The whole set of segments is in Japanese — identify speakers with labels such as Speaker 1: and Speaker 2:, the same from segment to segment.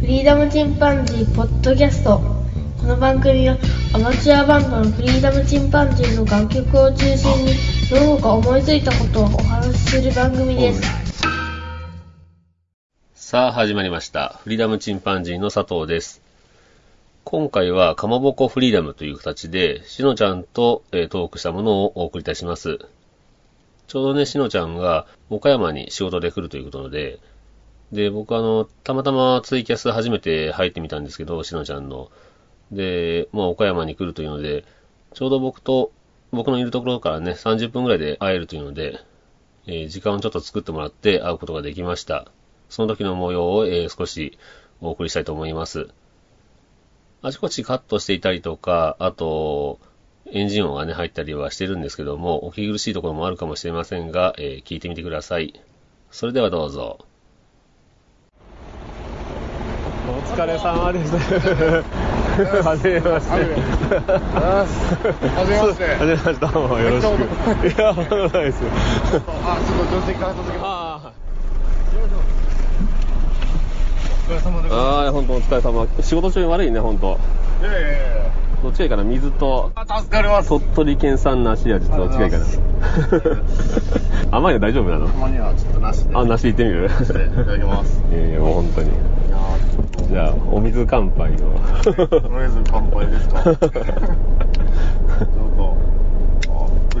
Speaker 1: フリーダムチンパンジーポッドキャストこの番組はアマチュアバンドのフリーダムチンパンジーの楽曲を中心にその他思いついたことをお話しする番組です
Speaker 2: さあ始まりました。フリーダムチンパンジーの佐藤です。今回はかまぼこフリーダムという形で、しのちゃんと、えートークしたものをお送りいたします。ちょうどね、しのちゃんが岡山に仕事で来るということなので、で、僕あの、たまたまツイキャス初めて入ってみたんですけど、しのちゃんの。で、まあ岡山に来るというので、ちょうど僕と、僕のいるところからね、30分ぐらいで会えるというので、えー時間をちょっと作ってもらって会うことができました。その時の模様を、えー少しお送りしたいと思います。あちこちカットしていたりとか、あと、エンジン音がね、入ったりはしてるんですけども、お聞き苦しいところもあるかもしれませんが、えー聞いてみてください。それではどうぞ。
Speaker 3: お疲れ様です。はじめまして。
Speaker 4: はじめまして
Speaker 3: はじめまして。どうもよろしく。いや、ほんとないですよ。
Speaker 4: あ、ちょっと助手席から続けま
Speaker 3: あ
Speaker 4: す。お疲れ様で
Speaker 3: ーあー、本当お疲れ様。仕事中に悪いね、本当。
Speaker 4: す。いやいやいや
Speaker 3: どっちがいいかな、水と。
Speaker 4: あ、助かります。
Speaker 3: 鳥取県産梨味とどっちがいいかな
Speaker 4: ありがとうございま。
Speaker 3: 甘いの大丈夫なの
Speaker 4: たまにはちょっとなしで。
Speaker 3: あ、梨いってみるい
Speaker 4: していただきます。
Speaker 3: やいや、もう本当に。
Speaker 4: いやーちょっと
Speaker 3: じゃあ、お水乾杯の。
Speaker 4: とりあえず乾杯ですか。なんか、あ、びっ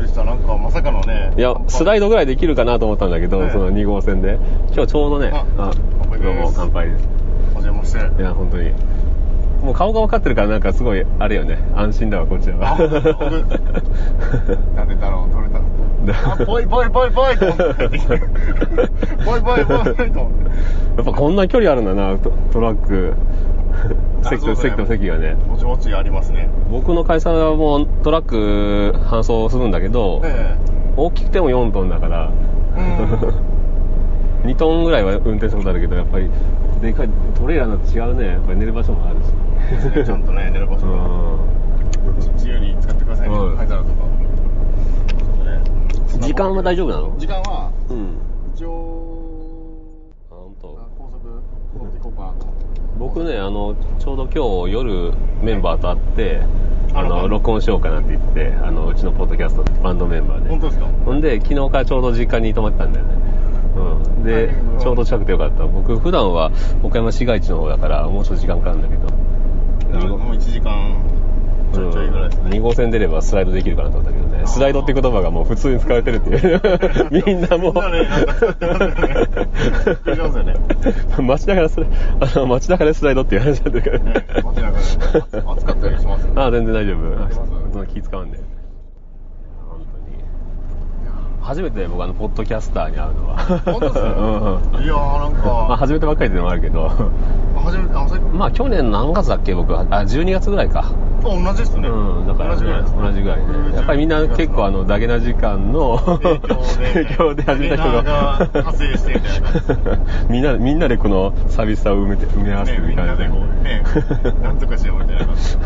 Speaker 4: くりした。なんかまさかのね。
Speaker 3: いや、スライ
Speaker 4: ド。
Speaker 3: ドぐらいできるかなと思ったんだけど、
Speaker 4: ね
Speaker 3: その2号線で。今日ちょうどね、
Speaker 4: あ乾杯です
Speaker 3: どうも乾杯です。
Speaker 4: お邪魔して。
Speaker 3: いや、本当に。もう顔が分かってるから、なんかすごい、あれよね。安心だわ、こっちは
Speaker 4: あ僕。なんでだろう、取れた。あ、ぽいぽいぽいぽいと思って。ぽいぽいぽいぽいと思って。
Speaker 3: やっぱこんな距離あるんだな、トトラック。
Speaker 4: あ
Speaker 3: 席と
Speaker 4: そうだね
Speaker 3: 席と席がね。
Speaker 4: もちもちありますね。
Speaker 3: 僕の会社はもうトラック搬送するんだけど、
Speaker 4: え
Speaker 3: 大きくても4トンだから、
Speaker 4: え。うん。
Speaker 3: 2トンぐらいは運転したことあるけど、やっぱり、でかい、トレーラーなんて違うね。やっぱり寝る場所もあるし。
Speaker 4: で すねちゃんとね、寝る場
Speaker 3: う
Speaker 4: 所が
Speaker 3: ん
Speaker 4: 自由に使ってくださいね、
Speaker 3: うん
Speaker 4: 灰皿とか。
Speaker 3: 時間は大丈夫なの
Speaker 4: 時間は、
Speaker 3: うん。
Speaker 4: 一応、
Speaker 3: あ本
Speaker 4: あ
Speaker 3: 当。
Speaker 4: 高速乗っていこうかなと思って。
Speaker 3: 僕ねあのちょうど今日夜メンバーと会ってあ
Speaker 4: あ
Speaker 3: の
Speaker 4: ら
Speaker 3: 録音しようかなって言ってあのうちのポッドキャストバンドメンバー
Speaker 4: 本
Speaker 3: で
Speaker 4: 当ですか
Speaker 3: ほんで昨日からちょうど実家に泊まってたんだよねうんで
Speaker 4: タイミングが
Speaker 3: ちょうど近くてよかった僕普段は岡山市街地の方だからもうちょっと時間かかるんだけど
Speaker 4: もう1時間ちょいちょいぐらいですね。
Speaker 3: 2号線出ればスライドできるかなと思ったけどねスライドって言葉がもう普通に使われてるっていう みんなもう
Speaker 4: みんなねなんか使ってますよね使ってますよね
Speaker 3: 街中でスライあの街中でスライドって言われちゃってるからね
Speaker 4: ね街中で暑かったりしますよね
Speaker 3: あ全然大丈
Speaker 4: あります
Speaker 3: 夫そんな気使うんで本当に初めて僕あのポッドキャスターに会うのは
Speaker 4: 本当ですね
Speaker 3: うんうん
Speaker 4: いやーなんか
Speaker 3: まあ、初めてばっかりでもあるけど
Speaker 4: 初めて、あ、さっき、
Speaker 3: まあ去年何月だっけ僕あ12月ぐらいか
Speaker 4: あ同じですね。
Speaker 3: うん、だから、
Speaker 4: 同じぐらいですね。
Speaker 3: 同じぐらいね。やっぱりみんな結構あの、ダゲな時間の
Speaker 4: 影響で
Speaker 3: 影響で始めた人が
Speaker 4: ダゲナが発生してみたい
Speaker 3: みんな、みんなでこの寂しさを埋めて、埋め合わせて
Speaker 4: ね、
Speaker 3: る
Speaker 4: みんな
Speaker 3: 感じ
Speaker 4: でこう、ね、 なんとかしようみたいな感じ。本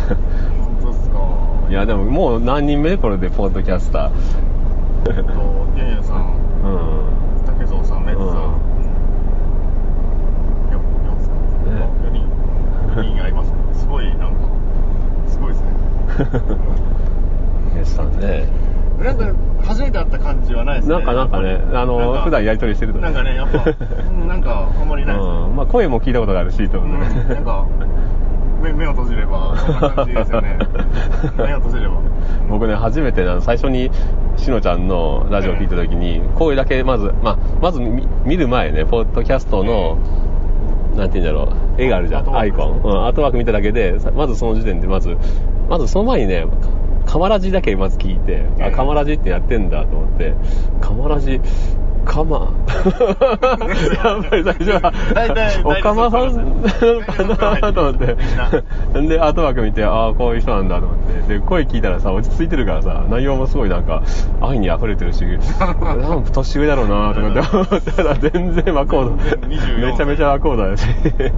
Speaker 4: 当ですか。
Speaker 3: いや、でももう何人目これで、ポッドキャスター。
Speaker 4: えっと、ゲンヤさん、
Speaker 3: うん。
Speaker 4: 竹蔵さん、メッツさん、よ4さん、
Speaker 3: ね
Speaker 4: 4人、4人会いますね。すごい、なんか、すごいですね。
Speaker 3: でしたね。
Speaker 4: なんか、初めて会った感じはないですね。
Speaker 3: なんかなんかね、あ
Speaker 4: なん
Speaker 3: の、
Speaker 4: か
Speaker 3: 普段やりとりしてると
Speaker 4: なんかね、やっぱ、うんなんか、あんまりないですね。
Speaker 3: うん。まあ声も聞いたことがあるし、と
Speaker 4: う
Speaker 3: 思
Speaker 4: ん、
Speaker 3: うね。
Speaker 4: なんか、目目を閉じれば、そんな感じですよね 目を閉じれば。
Speaker 3: 僕ね初めてあの最初にしのちゃんのラジオを聞いた時に声だけまず、まあ、まず見見る前ねポッドキャストのなんて言うんだろう絵があるじゃ
Speaker 4: アート
Speaker 3: ん
Speaker 4: ワ
Speaker 3: ア
Speaker 4: ー
Speaker 3: イ
Speaker 4: ク
Speaker 3: コン、うん、アートワーク見ただけでさまずその時点でまずまずその前にねカマラジだけまず聞いて、あ
Speaker 4: うん
Speaker 3: カマラジってやってんだと思ってカマラジカ マやっぱり最初は
Speaker 4: 大体
Speaker 3: おかまさん
Speaker 4: 大体
Speaker 3: かなと思って
Speaker 4: みんな
Speaker 3: で、アートワーク見て、ああ、こういう人なんだと思って。で、声聞いたらさ、落ち着いてるからさ、内容もすごいなんか、愛に溢れて るし、なんか年上だろうなとかって思ったら、全然和光
Speaker 4: 全然
Speaker 3: だ。
Speaker 4: 24
Speaker 3: めちゃめちゃ和光だし。
Speaker 4: え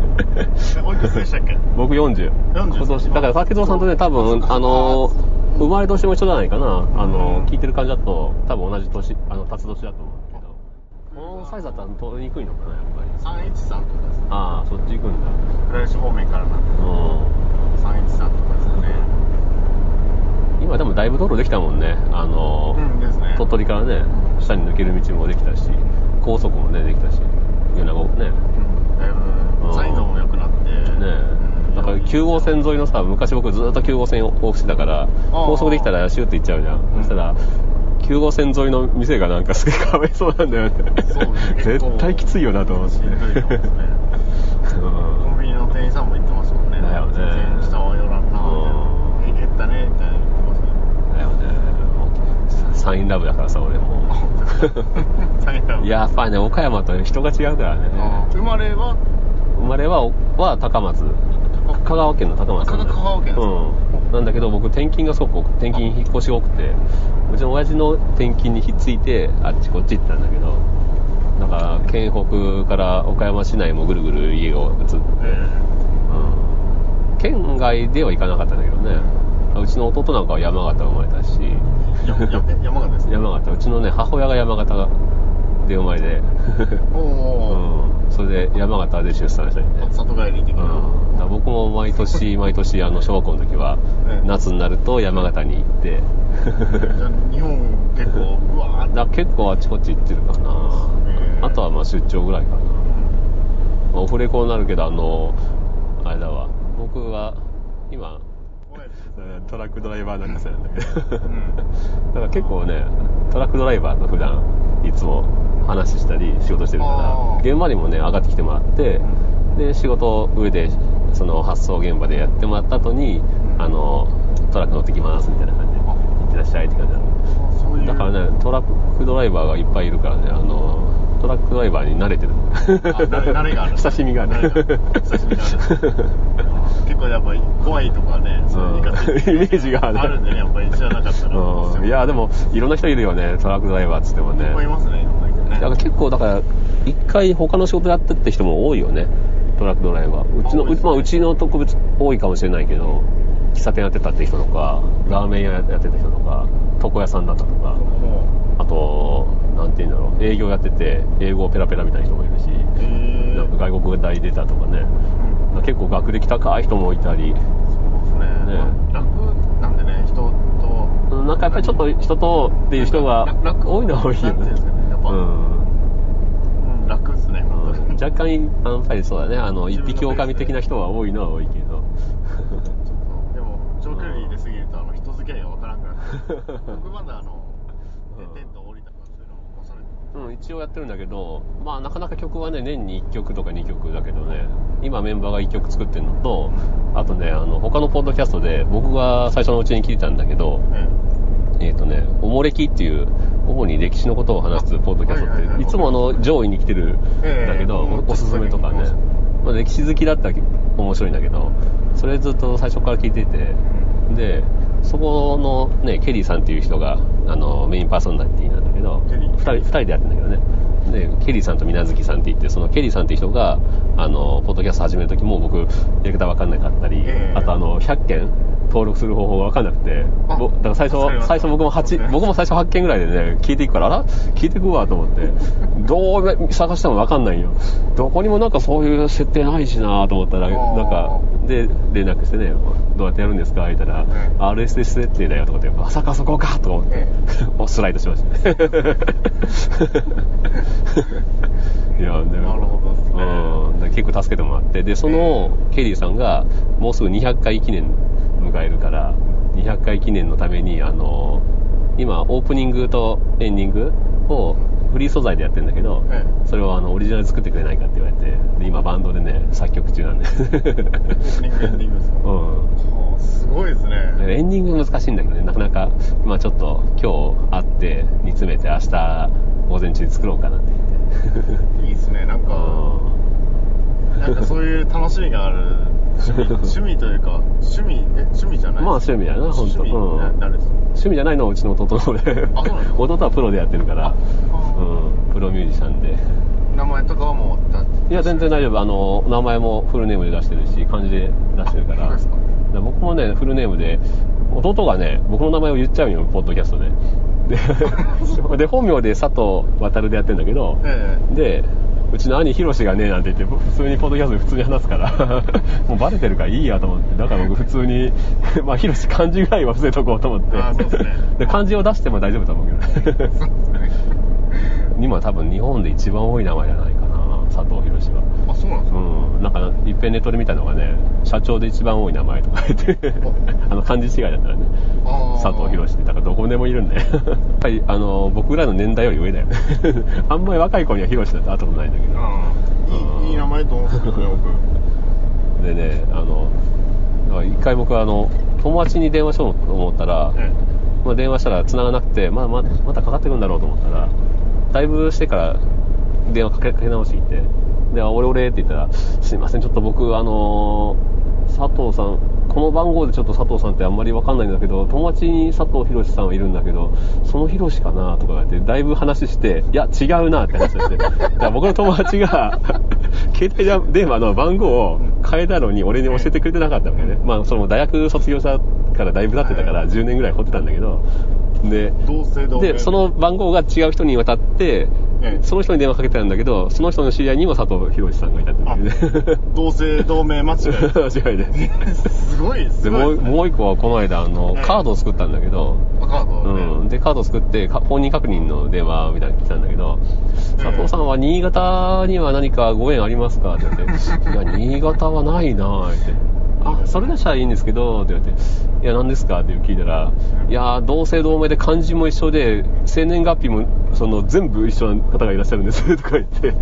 Speaker 4: おいくつでしたっけ
Speaker 3: 僕40。
Speaker 4: 40
Speaker 3: 今年。だから、竹蔵さんとね、多分、あの、生まれ年も一緒じゃないかな。あの、聞いてる感じだと、多分同じ年、あの、辰年だと思うけど。このサイズだったら取りにくいのかな、やっぱり。
Speaker 4: 313とかですね
Speaker 3: ああ、そっち行くんだ。
Speaker 4: 倉吉から
Speaker 3: う
Speaker 4: な
Speaker 3: ん
Speaker 4: 三一三とかですよね
Speaker 3: 今でもだいぶ道路できたもんねあの、
Speaker 4: うんですね
Speaker 3: 鳥取からね下に抜ける道もできたし高速もねできたし米子もねね
Speaker 4: うんだいぶサイドも良くなってね
Speaker 3: えだから9号線沿いのさ昔僕ずっと9号線を往復してたから高速できたらシューって行っちゃうじゃん、
Speaker 4: うん
Speaker 3: そしたら9号線沿いの店がなんかすげえかわいそうなんだよね
Speaker 4: そうですね
Speaker 3: 絶対きついよなと思って
Speaker 4: しんどいと思うんですね
Speaker 3: うん
Speaker 4: コンビニの店員さんも言ってましたもんね
Speaker 3: だよね
Speaker 4: 全然下は寄らんなみたいなえ減ったねみたいな言ってましたね
Speaker 3: だよねもうササインラブだからさ俺 も
Speaker 4: 埼玉
Speaker 3: いややっぱりね岡山と人が違うから
Speaker 4: あ
Speaker 3: ね
Speaker 4: ー生まれは
Speaker 3: 生まれはは高松香川県の高松
Speaker 4: あ香川県で
Speaker 3: う
Speaker 4: すか
Speaker 3: ん、なんだけど僕転勤がすごく多く転勤引っ越しが多くてうちの親父の転勤にひっついてあっちこっち行ってたんだけどだから県北から岡山市内もぐるぐる家を移って、うん、県外では行かなかったんだけどねうちの弟なんかは山形生まれたし
Speaker 4: やや山形ですね
Speaker 3: 山形うちのね母親が山形で生まれで、
Speaker 4: おお
Speaker 3: うん、それで山形で出産したりね
Speaker 4: 里帰り的な
Speaker 3: うん、だから僕も毎年毎年あの小学校の時は
Speaker 4: ええ
Speaker 3: 夏になると山形に行 って
Speaker 4: じゃあ日本結構うわー
Speaker 3: だから結構あちこち行ってるかな、
Speaker 4: ええ
Speaker 3: あとはまあ出張ぐらいかな、ま
Speaker 4: うん
Speaker 3: あオフレコになるけどあのあれだわ僕は今
Speaker 4: 怖いです
Speaker 3: トラックドライバーなんかなんだけどだ
Speaker 4: うん
Speaker 3: から結構ねトラックドライバーと普段いつも話したり仕事してる
Speaker 4: あ
Speaker 3: か
Speaker 4: ー
Speaker 3: ら現場にもね上がってきてもらって、で仕事上でその発送現場でやってもらった後に、
Speaker 4: うん
Speaker 3: あのトラック乗ってきますみたいな感じで
Speaker 4: あ
Speaker 3: 行ってらっしゃいって感じなの
Speaker 4: あそういう
Speaker 3: だからねトラックドライバーがいっぱいいるからねあのトラックドライバーに慣れてる
Speaker 4: あ慣れ慣れがあ る
Speaker 3: 親しみがある
Speaker 4: 慣れが ある親しみがある結構やっぱり怖いとかねそういう言い方
Speaker 3: うんイメージがある
Speaker 4: あるんでねやっぱり知らなかったら
Speaker 3: うんいやでもいろんな人いるよねトラックドライバーっつってもね
Speaker 4: いっぱいいますねいろんな人ね
Speaker 3: だから結構だから一回他の仕事やってって人も多いよねトラックドライバーうちの
Speaker 4: 多い
Speaker 3: う,、
Speaker 4: です
Speaker 3: ま
Speaker 4: ね
Speaker 3: あ、うちの特別多いかもしれないけど喫茶店やってたって人とかラーメン屋やってた人とか床屋さんだったとか
Speaker 4: も
Speaker 3: あとなんて言うんだろう営業やってて英語ペラペラみたいな人もいるし
Speaker 4: うえ
Speaker 3: なんか
Speaker 4: ー
Speaker 3: 外国大出たとかね
Speaker 4: うん
Speaker 3: 結構学歴高い人もいたり
Speaker 4: そうです
Speaker 3: ね
Speaker 4: ね楽なんでね人と
Speaker 3: なんかやっぱりちょっと人とっていう人が
Speaker 4: なんか楽
Speaker 3: 多いのは多いよ
Speaker 4: なんていうん
Speaker 3: ね
Speaker 4: ですかねやっぱ
Speaker 3: うん
Speaker 4: うん楽ですね本当に
Speaker 3: 若干あのやっぱりそうだねあの
Speaker 4: 自
Speaker 3: 一
Speaker 4: 分
Speaker 3: 匹
Speaker 4: の
Speaker 3: 狼的な人は多いのは多いけど
Speaker 4: ちょっとでも長距離出過ぎるとあの人付き合いがわからんく なって僕まだあのね
Speaker 3: うん
Speaker 4: テント降りたからそういうのを恐れて
Speaker 3: うん一応やってるんだけどまあなかなか曲はね年に1曲とか2曲だけどね今メンバーが1曲作ってるのとあとねあの他のポッドキャストで僕が最初のうちに聞いたんだけど
Speaker 4: ね
Speaker 3: えっ、とね「おもれき」っていう主に歴史のことを話すポッドキャスト
Speaker 4: はいはい
Speaker 3: っ
Speaker 4: はい
Speaker 3: ていつもあの上位に来てるん
Speaker 4: ええ
Speaker 3: だけど、
Speaker 4: ええ
Speaker 3: おおすすめとかね
Speaker 4: そう、
Speaker 3: まあ、歴史好きだったら面白いんだけどそれずっと最初から聞いててでそこの、ね、ケリーさんっていう人があのメインパーソナリティなんだけど
Speaker 4: ケリー
Speaker 3: 2人二人でやってんだけどねでケリーさんと水無月さんって言ってそのケリーさんっていう人があのポッドキャスト始める時も僕やり方分かんなかったり、
Speaker 4: ええ
Speaker 3: あとあの100件登録する方法が分かんなくて
Speaker 4: あ
Speaker 3: ぼだから最
Speaker 4: わかり
Speaker 3: 初
Speaker 4: ました
Speaker 3: 最初僕も 八
Speaker 4: そうね
Speaker 3: 僕も最初8件ぐらいでね聞いていくからあら聞いていくわと 思ってどう探しても分かんないよどこにもなんかそういう設定ないしなと思ったら
Speaker 4: あー
Speaker 3: なんかで連絡してね「どうやってやるんですか?」言ったら
Speaker 4: え
Speaker 3: 「
Speaker 4: え
Speaker 3: RSS 設定だよ」とかって「まさかそこか!」とか思って
Speaker 4: え
Speaker 3: もうスライドしました いやで
Speaker 4: なるほどですね
Speaker 3: うんで結構助けてもらってでそのケリーさんがもうすぐ200回記念迎えるから200回記念のためにあの今オープニングとエンディングをフリー素材でやってるんだけど、
Speaker 4: ええ
Speaker 3: それをあのオリジナル作ってくれないかって言われてで今バンドでね作曲中なんで
Speaker 4: オープニングエンディングですか
Speaker 3: うん
Speaker 4: はあすごいですね
Speaker 3: エンディングが難しいんだけどね、なかなか、まあちょっと今日会って煮詰めて明日午前中に作ろうかなって言って。
Speaker 4: いいですねなんかなんかそういう楽しみがある趣味趣味というか趣味え趣味じゃない
Speaker 3: まあ趣味やな本当
Speaker 4: 趣味
Speaker 3: うん
Speaker 4: な誰ですか
Speaker 3: 趣味じゃないのはうちの弟の方で
Speaker 4: あそうなんですか
Speaker 3: 弟はプロでやってるから、
Speaker 4: あ
Speaker 3: うん、プロミュージシャンで。
Speaker 4: 名前とかはもうだ
Speaker 3: いや、全然大丈夫。あの、名前もフルネームで出してるし、漢字で出してるから。
Speaker 4: そうですか
Speaker 3: で僕もね、フルネームで、弟がね、僕の名前を言っちゃうよ、ポッドキャストで。で、で本名で佐藤渡でやってんだけど、
Speaker 4: え
Speaker 3: で、うちの兄ひろしがねなんて言って普通にポッドキャストで普通に話すから もうバレてるからいいやと思ってだから僕普通に まあひろし漢字ぐらいは伏せとこうと思って
Speaker 4: あそうっすね
Speaker 3: で漢字を出しても大丈夫だと思うけど 今多分日本で一番多い名前じゃないかな佐藤ひろしは
Speaker 4: あそうなんですか、
Speaker 3: うんなんかいっぺんネットで見たのがね社長で一番多い名前とか言って あの漢字違いだったらね
Speaker 4: あー
Speaker 3: 佐藤博士ってだからどこでもい るんでやっぱりあの僕らの年代より上だよね あんまり若い子には博士なんて会ったことないんだけど
Speaker 4: うんいいいい名前と思うんですけどね
Speaker 3: でねあのだから一回僕はあの友達に電話しようと思ったら、
Speaker 4: 僕、え
Speaker 3: まあ、電話したら繋がなくて、まあ、ままたかかってくるんだろうと思ったらだいぶしてから電話かけかけ直してきてで「あ俺俺」って言ったら「すいませんちょっと僕あのー佐藤さんこの番号でちょっと佐藤さんってあんまりわかんないんだけど友達に佐藤博さんはいるんだけどその博かなとか言ってだいぶ話していや違うなって話をしてだから僕の友達が 携帯電話の番号を変えたのに俺に教えてくれてなかったわけね、まあ、その大学卒業したからだいぶ経ってたから10年ぐらい掘ってたんだけどで
Speaker 4: うん同姓同名
Speaker 3: でその番号が違う人に渡って、
Speaker 4: ええ
Speaker 3: その人に電話かけてたんだけどその人の知り合いにも佐藤博さんがいたって
Speaker 4: あ
Speaker 3: いうね
Speaker 4: 同姓同 名間違い
Speaker 3: 間違いで
Speaker 4: ですごいす
Speaker 3: で
Speaker 4: ご
Speaker 3: も
Speaker 4: いう
Speaker 3: もう一個はこの間あの
Speaker 4: ええ
Speaker 3: カードを作ったんだけど、
Speaker 4: あカードね
Speaker 3: うん、でカード作ってか本人確認の電話みたいなの来たんだけど「佐藤さんは新潟には何かご縁ありますか?」って言って「いや新潟はないな」って「あそれでしたらいいんですけど」って言って「いや何ですか?」って聞いたら「いや同姓同名で漢字も一緒で生年月日もその全部一緒な方がいらっしゃるんです」 とか言って。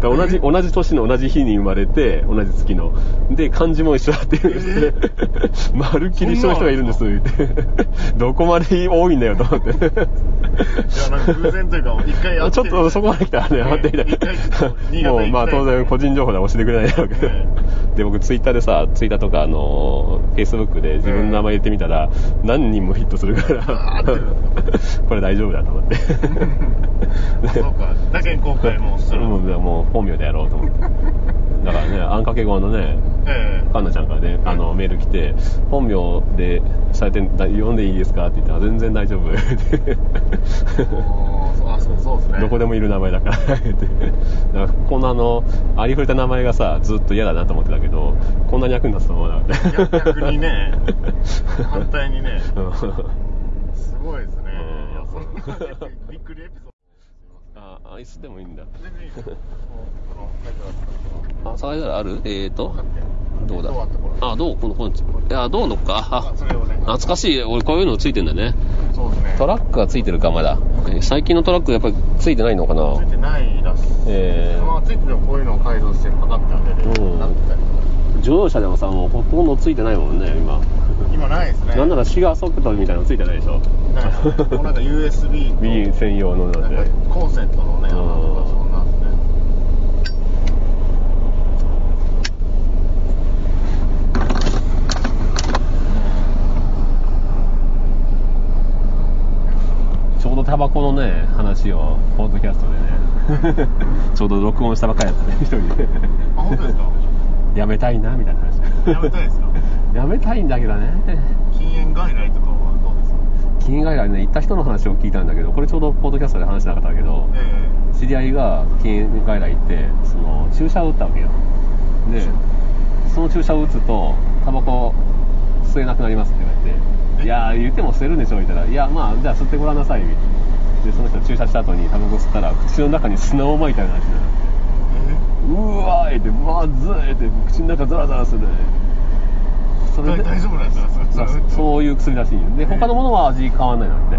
Speaker 3: だから同じ同じ年の同じ日に生まれて同じ月ので漢字も一緒だっていうんですね、 まるっきり一緒の人がいるんです言って どこまで多いんだよと思って
Speaker 4: いやなんか偶然というか一回や
Speaker 3: ちょっとそこまで来たらね
Speaker 4: ええ
Speaker 3: 待ってみ
Speaker 4: 一
Speaker 3: た
Speaker 4: 回ちょっと新
Speaker 3: い
Speaker 4: 潟
Speaker 3: もうまあ
Speaker 4: 行きたい
Speaker 3: 当然個人情報では教えてくれないだろうけど、
Speaker 4: え
Speaker 3: で僕ツイッターでさツイッターとかあのフェイスブックで自分の名前入れてみたら、何人もヒットするか
Speaker 4: あ
Speaker 3: ら
Speaker 4: ー合
Speaker 3: これ大丈夫だと思って
Speaker 4: あそうかだけに今回もおっしゃる、
Speaker 3: もうもう本名でやろうと思ってだからねあんかけ語のね
Speaker 4: ええ
Speaker 3: カンナちゃんからね、あのメール来て、本名でされて読んでいいですかって言ったら、全然大丈夫って
Speaker 4: おーそうあそうそうですね
Speaker 3: どこでもいる名前だから って、だからこんなあの、ありふれた名前がさ、ずっと嫌だなと思ってたけど、こんなに役に立つと思わなかっ
Speaker 4: いや逆にね反対にね
Speaker 3: た。うん
Speaker 4: すごいですね
Speaker 3: うん
Speaker 4: いやそんなびっくりエピソー
Speaker 3: あ、アイスでもいいんだ。
Speaker 4: ド全然いいですもうあの書いてある
Speaker 2: あ、探したらあるえーと
Speaker 4: から、
Speaker 2: どうだ
Speaker 4: どうあったこれ
Speaker 2: あ、どうこの、この、あ、どうのか。
Speaker 4: あ
Speaker 2: あ、
Speaker 4: それをね
Speaker 2: 懐かしい。俺、こういうのついてんだね。
Speaker 4: そうですね
Speaker 2: トラックがついてるか、まだ。えー最近のトラック、やっぱりついてないのかな
Speaker 4: ついてないらしい
Speaker 3: え
Speaker 4: まあついててもこういうのを改造してかかってあげる
Speaker 3: うん
Speaker 4: なったりとか
Speaker 3: ー、乗用車でもさ、もうほとんどついてないもんね、今。
Speaker 4: 今ないですね
Speaker 3: なんならシガーソケットみたいなのついてないでしょ。
Speaker 4: ないですねもうなんか USB と
Speaker 3: 右専用の
Speaker 4: な
Speaker 3: なんて。
Speaker 4: んかコンセントのね
Speaker 3: うん
Speaker 4: 穴とかそんなんですね
Speaker 3: ちょうどタバコのね、話を、ポッドキャストでね、ちょうど録音したばっかりだったね、一人で。
Speaker 4: あ本当です か
Speaker 3: やめたいな、みたいな話。
Speaker 4: やめたいですか
Speaker 3: やめたいんだけどね。
Speaker 4: 禁煙外来とかはどうですか
Speaker 3: 近外来ね、行った人の話を聞いたんだけど、これちょうどポッドキャストで話してなかったけど、
Speaker 4: え
Speaker 3: 知り合いが近外来行って、その、注射を打ったわけよ。で、その注射を打つと、タバコ吸えなくなりますって言われて、いやー、言っても吸えるんでしょみたいな、いや、まあ、じゃあ吸ってごらんなさい、みたいな。で、その人注射した後にタバコ吸ったら、口の中に砂をまいたような話になる。
Speaker 4: え
Speaker 3: うわーいってまずいって口の中ザラザラするそれ
Speaker 4: 大
Speaker 3: で
Speaker 4: 大丈夫なんですかそ
Speaker 3: ま
Speaker 4: れ
Speaker 3: あそういう薬らしいよで
Speaker 4: え
Speaker 3: 他のものは味変わんないなんだって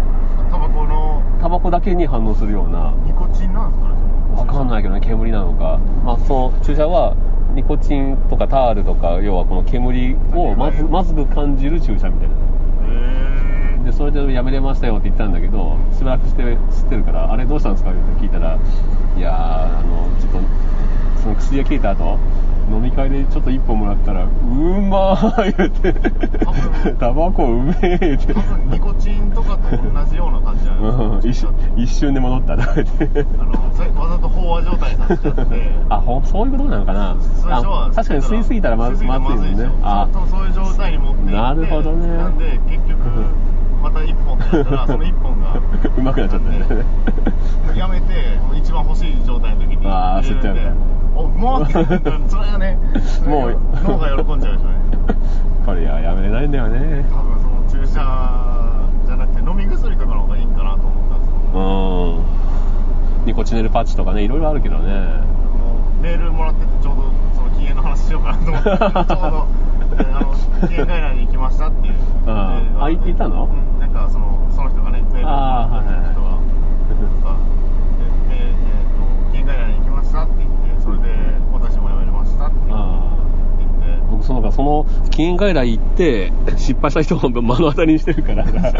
Speaker 4: タバコの
Speaker 3: タバコだけに反応するような
Speaker 4: ニコチンなんですかね
Speaker 3: わかんないけどね煙なのかまあその注射はニコチンとかタールとか要はこの煙をまずまずく感じる注射みたいな
Speaker 4: へ
Speaker 3: でそれでやめれましたよって言ったんだけどしばらくして吸ってるからあれどうしたんですかって聞いたらいやーあのちょっとその薬が切れた後飲み会でちょっと一本もらったらうーまー言って タバコうめえって
Speaker 4: え多分ニコチンとかと同じような感じじゃ
Speaker 3: う
Speaker 4: なんいで
Speaker 3: 一
Speaker 4: すか
Speaker 3: 一瞬で戻ったなって
Speaker 4: あのそれわざと飽和状態にさせちゃって
Speaker 3: あほそういうことなのかな
Speaker 4: 最初は
Speaker 3: あ確かに吸いすぎたらま
Speaker 4: 吸
Speaker 3: ず
Speaker 4: いすぎた
Speaker 3: ま
Speaker 4: ら
Speaker 3: ずいもん
Speaker 4: で
Speaker 3: ね
Speaker 4: しょちゃん
Speaker 3: あ
Speaker 4: とそういう状態に持っていっ て
Speaker 3: なるほどね
Speaker 4: なんで結局また1本だったらその1本 が
Speaker 3: うまくなっちゃったね
Speaker 4: なんでやめてもう一番欲しい状態の時に
Speaker 3: あー吸っちゃうんだ
Speaker 4: 入れるんでおもうってそれがね
Speaker 3: もう
Speaker 4: 脳が喜んじゃうでしょうね
Speaker 3: これややめれないんだよね
Speaker 4: 多分その注射じゃなくて飲み薬とかの方がいいんかなと思ったんですけ
Speaker 3: うんニコチネルパッチとかねいろいろあるけどね
Speaker 4: どもうメールもらっててちょうどその禁煙の話しようかなと思ってちょうどであの禁煙外来に行きましたっていう
Speaker 3: うんあいいたの
Speaker 4: うん、なんかそのその人がねメール
Speaker 3: あーはいはい
Speaker 4: の人
Speaker 3: はい
Speaker 4: がなんかででえーと禁煙外来に行きましたって言ってそれで私も辞めましたって言って
Speaker 3: ああ
Speaker 4: 言って
Speaker 3: 僕そのかその禁煙外来行って失敗した人を目の当たりにしてるから
Speaker 4: まああ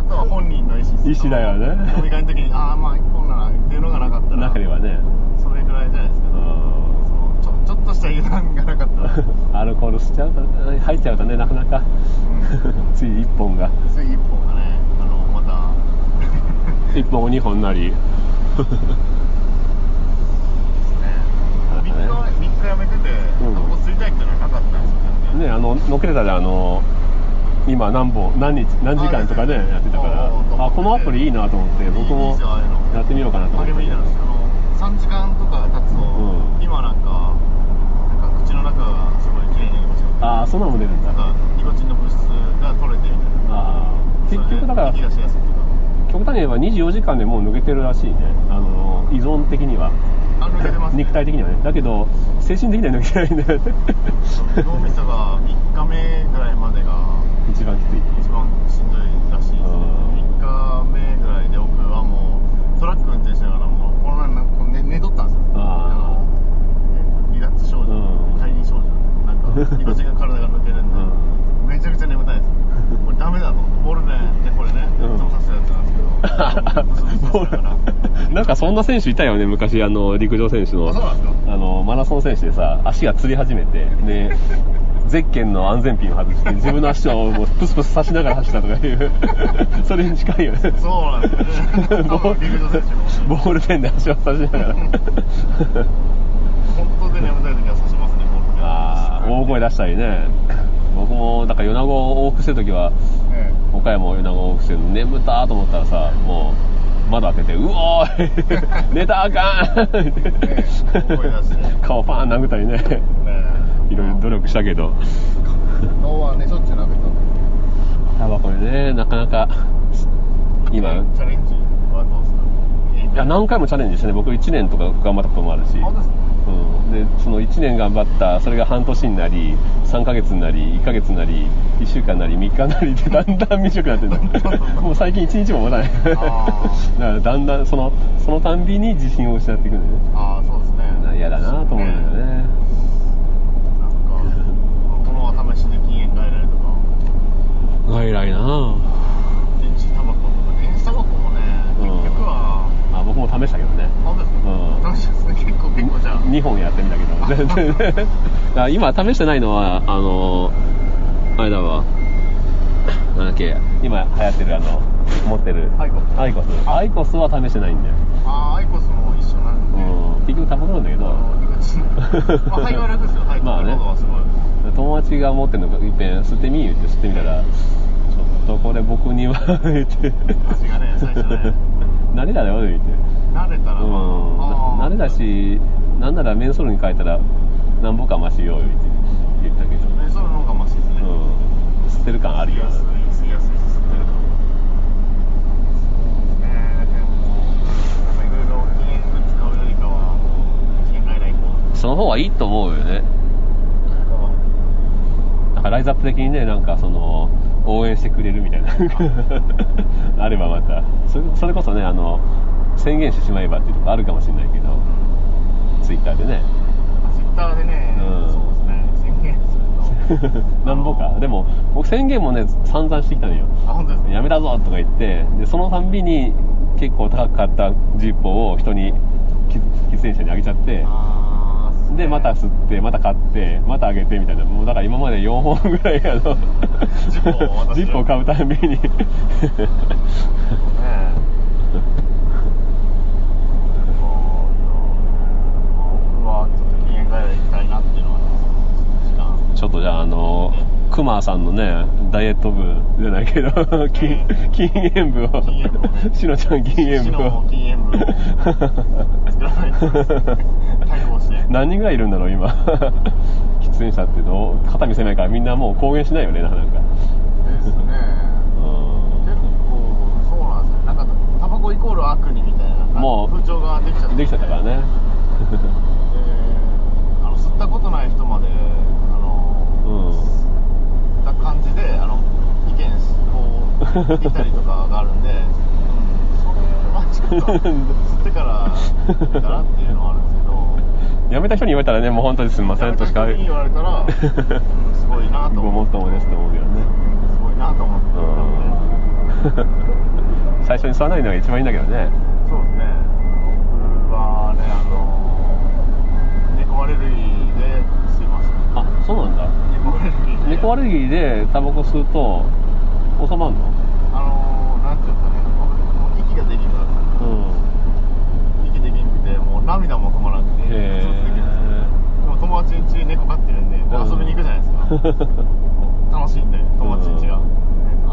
Speaker 4: とは本人の意思
Speaker 3: 意思だよね
Speaker 4: 飲み会の時にああまあ一本ならっていうのがなかったら
Speaker 3: 中にはね
Speaker 4: それぐらいじゃないですか、
Speaker 3: うん
Speaker 4: ねそのちょちょっとした油断がなかった ら
Speaker 3: アルコール吸っちゃうと入っちゃうとねなかなか つい一本が
Speaker 4: つい一本がねあのま た
Speaker 3: 一本も二本なり
Speaker 4: ね3日3日やめてて
Speaker 3: うん
Speaker 4: タバコ吸いたいっていうのはなかったんですよ全然
Speaker 3: ねあののっけてたであの今何本何日何時間とかね
Speaker 4: あですね
Speaker 3: やってたから
Speaker 4: そうそう
Speaker 3: あこのアプリいいなと思って僕
Speaker 4: いいで
Speaker 3: も
Speaker 4: すよああいうの
Speaker 3: やってみようかなと
Speaker 4: あ
Speaker 3: 思
Speaker 4: れ
Speaker 3: っ
Speaker 4: もいい
Speaker 3: て
Speaker 4: なんですあの3時間とか経つ
Speaker 3: う
Speaker 4: と、
Speaker 3: ん
Speaker 4: 今なんかなんか口の中がすごい綺麗になりましたよ
Speaker 3: ああそんなのも出るん
Speaker 4: な
Speaker 3: だ
Speaker 4: んかニコチンの物質が取れてみたいな
Speaker 3: ああ結局だから
Speaker 4: それで吐き出しやすいとか
Speaker 3: 極端に言えば24時間でもう抜けてるらしいねあの依存的には
Speaker 4: あ抜けてますね
Speaker 3: 肉体的にはねだけど精神的には抜けてないんだよ ね
Speaker 4: 脳みそが3日目ぐらいまでが
Speaker 3: 一番きつい
Speaker 4: 一番しんどいらしいですね
Speaker 3: うん
Speaker 4: 3日目ぐらいで僕はもうトラック運転しながらもうこの前なんか寝寝とったんですよ
Speaker 3: あ
Speaker 4: の離脱症
Speaker 3: うん
Speaker 4: 状解離症状なんかニコチンが体が抜けるんで、めちゃくちゃ眠たいですこれダメだと思ってボールねでこれね
Speaker 3: うん
Speaker 4: いつもさせるやつなんですけどブスブスブスだから
Speaker 3: なんかそんな選手いたよね昔あの陸上選手の
Speaker 4: あそうなんですか
Speaker 3: あのマラソン選手でさ足がつり始めてでゼッケンの安全ピンを外して自分の足をもうプスプス刺しながら走ったとかいうそれに近いよね
Speaker 4: そうなんですよね多分陸上選手
Speaker 3: ボ
Speaker 4: も
Speaker 3: ールペンで足を刺しなが ら
Speaker 4: 本当で眠たい時は刺しますねボール
Speaker 3: ああ大声出したりね僕もだから米子を往復してる時は
Speaker 4: ね
Speaker 3: 岡山を米子往復してるの眠たーと思ったらさもう窓開けて「うおーい寝たらあかん!」
Speaker 4: え大声出して
Speaker 3: 顔パーン殴ったりね
Speaker 4: ね
Speaker 3: いろいろ努力したけど
Speaker 4: 顔はねしょっちゅう舐めたんで
Speaker 3: タバコでねなかなか今い
Speaker 4: チャレンジはどうですか
Speaker 3: や何回もチャレンジしてね僕1年とか頑張ったこともあるし
Speaker 4: 本当ですか
Speaker 3: うん、でその1年頑張ったそれが半年になり3ヶ月になり1ヶ月になり1週間になり3日になりってだんだん短くなってる のもう最近1日も持たないだ
Speaker 4: あ
Speaker 3: からだんだんそのそのたんびに自信を失っていくんだよね
Speaker 4: ああそうですね
Speaker 3: な嫌だなと思うんだよね
Speaker 4: なんかこの試しで禁煙外来とか
Speaker 3: 外来な
Speaker 4: 電子タバコとか電子タバコもね
Speaker 3: うん
Speaker 4: 結局は
Speaker 3: あ僕も試したけどね
Speaker 4: 本当です
Speaker 3: うん
Speaker 4: か楽しいですね結構結構じゃあ
Speaker 3: 2本やってみたけど 全然だから今試してないのはあのあれだわなんだっけ今流行ってるあの持ってる
Speaker 4: アイコス
Speaker 3: アイコスアイコスは試してないんだよ、
Speaker 4: ああアイコスも一緒なんで
Speaker 3: うん、結局タバコなんだけ
Speaker 4: あの
Speaker 3: ど
Speaker 4: ニコチン まあ肺は楽ですよ肺
Speaker 3: まあね
Speaker 4: の喉はすごい
Speaker 3: 友達が持ってるのがいっぺん吸ってみ言って吸ってみたらちょっとこれ僕には言って
Speaker 4: 味がね最初ね
Speaker 3: 慣れだよ言って
Speaker 4: 慣れたら
Speaker 3: うん
Speaker 4: まああー
Speaker 3: 慣れだしなんならメンソールに変えたらなんぼかマシよ言って言ったけど
Speaker 4: ねその方がマシですね
Speaker 3: うん、捨てる感あるよ
Speaker 4: 吸いやすい吸いやすい吸ってるとねでもなんかいろいろ禁煙グッズ買うよりかは禁煙外来行こう
Speaker 3: その方がいいと思うよね
Speaker 4: なんか
Speaker 3: なんかライズアップ的にねなんかその応援してくれるみたいな あればまたそれそれこそねあの宣言してしまえばっていうとこあるかもしれないけどツイッターでね
Speaker 4: ツイッターでね、
Speaker 3: うん
Speaker 4: そうですね、宣言すると、
Speaker 3: なんぼかでも僕宣言もね散々してきたのよ
Speaker 4: あ、本当ですね、
Speaker 3: やめたぞとか言ってでそのたんびに結構高かったジーポを人にき喫煙者にあげちゃって
Speaker 4: あー
Speaker 3: でまた、
Speaker 4: そう
Speaker 3: 吸ってまた買ってまたあげてみたいなもうだから今まで4本ぐらいあの
Speaker 4: ジッポーを渡す
Speaker 3: ジッポーを買うたんびに
Speaker 4: ですね、もう僕はちょっと禁煙外来行きたいなっていうのはあります、時間、
Speaker 3: ちょっとじゃああのクマさんのねダイエット部じゃないけど禁禁煙部を
Speaker 4: 禁煙部を
Speaker 3: しのちゃん禁煙部
Speaker 4: し の
Speaker 3: を
Speaker 4: も禁煙部を作らないと対抗して
Speaker 3: 何人ぐらいいるんだろう今 喫煙者ってどう肩身狭いからみんなもう公言しないよねなかなか
Speaker 4: で
Speaker 3: うん
Speaker 4: すね結構そうなんですねなんかタバコイコール悪にみたいな
Speaker 3: もう
Speaker 4: 風潮ができちゃって
Speaker 3: できちゃったからね
Speaker 4: であの吸ったことない人まであ
Speaker 3: う
Speaker 4: の、
Speaker 3: ん
Speaker 4: 吸った感じであの意見こう言ったりとかがあるんで、うん、それはちょっと吸ってからだなっていうのはあるんですけど。
Speaker 3: やめた人に言われたらねもう本当にすみませんとしか
Speaker 4: やめた人 に言われたら、うん、すごいなと
Speaker 3: ごも
Speaker 4: 思
Speaker 3: っ
Speaker 4: って
Speaker 3: ともですと思うけどね
Speaker 4: すごいなと思って、
Speaker 3: うん最初に吸わないのが一番いいんだけどね
Speaker 4: そうですね僕はねあの猫アレルギーで吸います
Speaker 3: あそうなんだ
Speaker 4: 猫アレルギーで
Speaker 3: 猫アレルギーでタバコ吸うと収まるの
Speaker 4: あのー、なんていうんですかね、僕、もう息ができなかっ
Speaker 3: うん
Speaker 4: た、息できなくて、もう涙も止まらなくて、
Speaker 3: へ
Speaker 4: そうできないですでも友達ん家猫飼ってるんで、こう遊びに行くじゃないですか、楽しいんで、友達ん家が、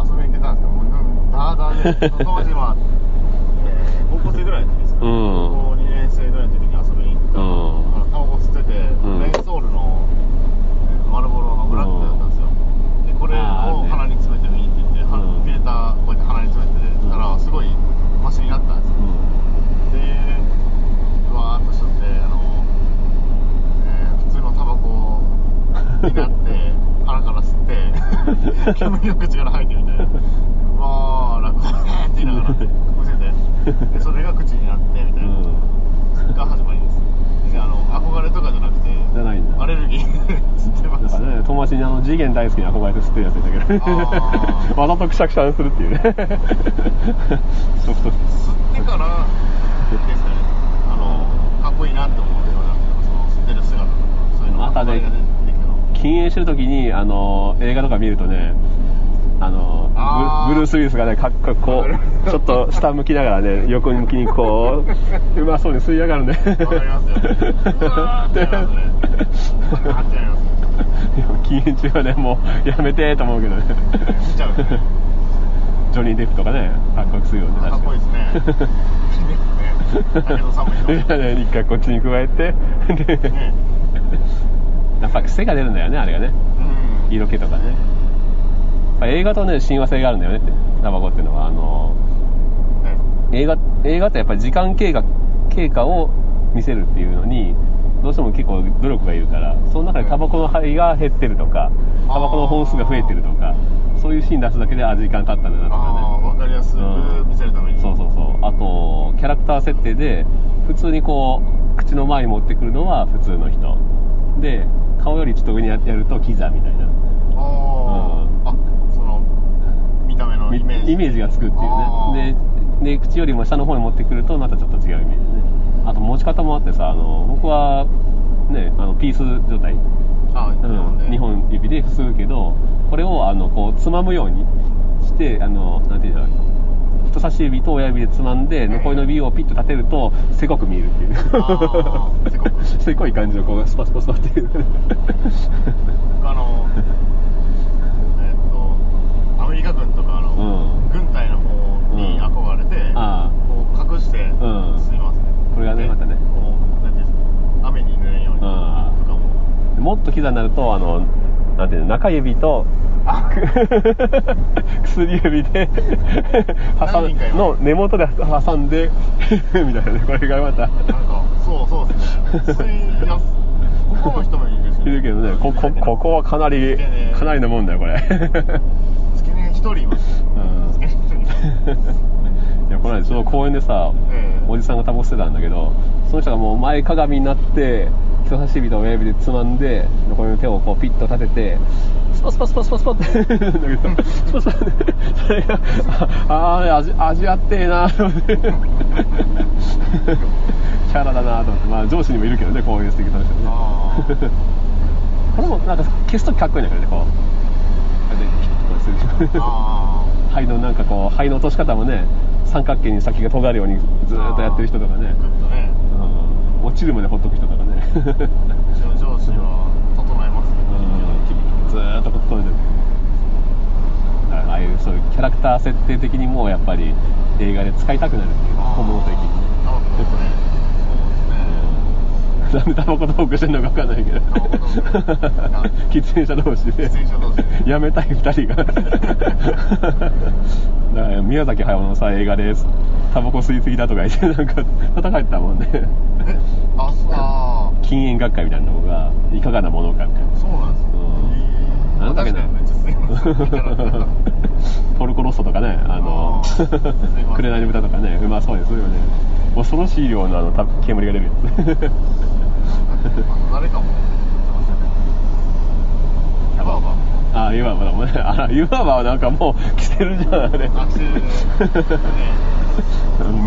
Speaker 4: 遊びに行ってたんですけど、もう、うん、ダーダーで、友達は、えー高校生ぐらいの時ですか、
Speaker 3: うん
Speaker 4: 高校2年生ぐらいの時に遊びに行った、
Speaker 3: うん
Speaker 4: あのタバコ吸ってて、
Speaker 3: ん
Speaker 4: メンソールの丸ボロのブラックだったんですよ、でこれを鼻に詰めてもいいって言って、鼻
Speaker 3: うん
Speaker 4: フィルターこうやって鼻に詰めてたらすごいマシになったんですよでわーっと吸ってあの、えー普通のタバコになって腹から吸って煙の口から吐いてみたいなうわー楽だねって言いながら口ででそれが口になってみたいな、が始まりですであの憧れとかじゃなくて
Speaker 3: じゃないんだ
Speaker 4: アレルギー で吸って
Speaker 3: な
Speaker 4: ま
Speaker 3: ん
Speaker 4: す
Speaker 3: かね、友達にあの次元大好きに憧れて吸ってるやついたけ
Speaker 4: あー
Speaker 3: ど わざとくしゃくしゃにするっていうね ちょっと
Speaker 4: 吸ってからですかねあのかっこいいなって思うようなその吸ってる姿とかそういうの
Speaker 3: またね
Speaker 4: 憧れが出てきたの
Speaker 3: 禁煙してる時にあの映画とか見るとねあのブ
Speaker 4: あー
Speaker 3: ブルース・ウィルスがねかっここうちょっと下向きながらね横向きにこう うまそうに吸いやがるね
Speaker 4: わかりますようわーってなりますねうわーってなり ます
Speaker 3: でも禁煙中はねもうやめてーと思うけどね
Speaker 4: 見ちゃうね
Speaker 3: ジョニー・デップとかねかっこよくするよね
Speaker 4: かっこいいですね
Speaker 3: 確かに
Speaker 4: いいですねだけど寒いの
Speaker 3: でね一回こっちに加えてで
Speaker 4: ね
Speaker 3: やっぱ癖が出るんだよねあれがね
Speaker 4: うん
Speaker 3: 色気とかねやっぱ映画とね親和性があるんだよねってタバコっていうのはあの
Speaker 4: ね
Speaker 3: 映画映画ってやっぱり時間経過経過を見せるっていうのにどうしても結構努力がいるからその中でタバコの灰が減ってるとかタバコの本数が増えてるとかそういうシーン出すだけであ時間経ったんだなと
Speaker 4: あ
Speaker 3: か
Speaker 4: あ
Speaker 3: ね
Speaker 4: わかりやすく見せるために
Speaker 3: そうそうそうあとキャラクター設定で普通にこう口の前に持ってくるのは普通の人で顔よりちょっと上にややるとキザみたいな
Speaker 4: あーあその見た目のイメージ
Speaker 3: イメージがつくっていうねでで口よりも下の方に持ってくるとまたちょっと違うイメージねあと持ち方もあってさあの僕はねあのピース状態、
Speaker 4: あーあ
Speaker 3: うん
Speaker 4: ー
Speaker 3: 2
Speaker 4: 日本で
Speaker 3: 本指で吸うけどこれをあのこうつまむようにしてあのなんていうんだろう人差し指と親指でつまんで残りの指をピッと立てるとせこく見えるっていう
Speaker 4: あーせこく
Speaker 3: せこい感じのこうスパスパスパっていう
Speaker 4: あ のえっとアメリカ軍とかあの、
Speaker 3: うん
Speaker 4: 軍隊の方に憧れて、
Speaker 3: んあ
Speaker 4: こう隠して
Speaker 3: ん
Speaker 4: 吸いますね、
Speaker 3: これがね
Speaker 4: で
Speaker 3: またね
Speaker 4: こうなんていうんですか雨に濡れんようにと
Speaker 3: あー
Speaker 4: かも
Speaker 3: もっとキザになるとあのなんていうの中指と
Speaker 4: あ
Speaker 3: 薬指で挟
Speaker 4: 何人
Speaker 3: ん
Speaker 4: かいます
Speaker 3: の根元で挟んで みたいなねこれがまた
Speaker 4: なんかそうそ うですね吸いやすここの人もいるですよ
Speaker 3: いるけどねここここはかなりかなりのもんだよこれ
Speaker 4: 付け根一人います
Speaker 3: うん
Speaker 4: 付け根一人います
Speaker 3: いやこの間ちょうど公園でさ、
Speaker 4: ええ
Speaker 3: おじさんがタバコ吸ってたんだけどその人がもう前かがみになって人差し指と親指でつまんで残りの手をこうピッと立ててスパスパスパスパスパって だけどスパスパってそれがああー味味あってえな と思ってキャラだなと思ってまあ上司にもいるけどねこういう素敵な人ね
Speaker 4: あー
Speaker 3: これもなんか消すときかっこいいんだけどねこうこうやってピッとこうする
Speaker 4: あ
Speaker 3: 肺のなんかこう肺の落とし方もね三角形に先が尖るように ずーっとやってる人とかね
Speaker 4: ーグッとね
Speaker 3: うん落ちるまでほっとく人とか ね
Speaker 4: うちの上司は整えますね
Speaker 3: ずーっとこう止めてるった設定的にもうやっぱり映画で使いたくなるっていうか小物的にね
Speaker 4: タバコですね。そうで
Speaker 3: なん
Speaker 4: すね。
Speaker 3: でタバコトークしてんのか分かんないけど
Speaker 4: タバコト ーク
Speaker 3: 喫煙者同士で
Speaker 4: 喫煙者同士で
Speaker 3: やめたい2人が だから宮崎駿のさ映画でタバコ吸いすぎだとか言ってなんか戦ってたもんね
Speaker 4: え、あ、そうあ
Speaker 3: 禁煙学会みたいなのがいかがなものかみたいな
Speaker 4: ー、そうなんですね。
Speaker 3: なんだっけな
Speaker 4: 確かにめっちゃすいません。みたいな
Speaker 3: ポルコロッソとかね、あの
Speaker 4: あーすいません
Speaker 3: 紅の豚とかね、うまそうですよね。恐ろしい量のあのた煙が出るや
Speaker 4: 誰かも。
Speaker 3: つ。
Speaker 4: やばば。
Speaker 3: あー、湯婆婆だもんね。あー、湯婆婆はなんかもう着てるじゃん、あれ。
Speaker 4: あ、してるね。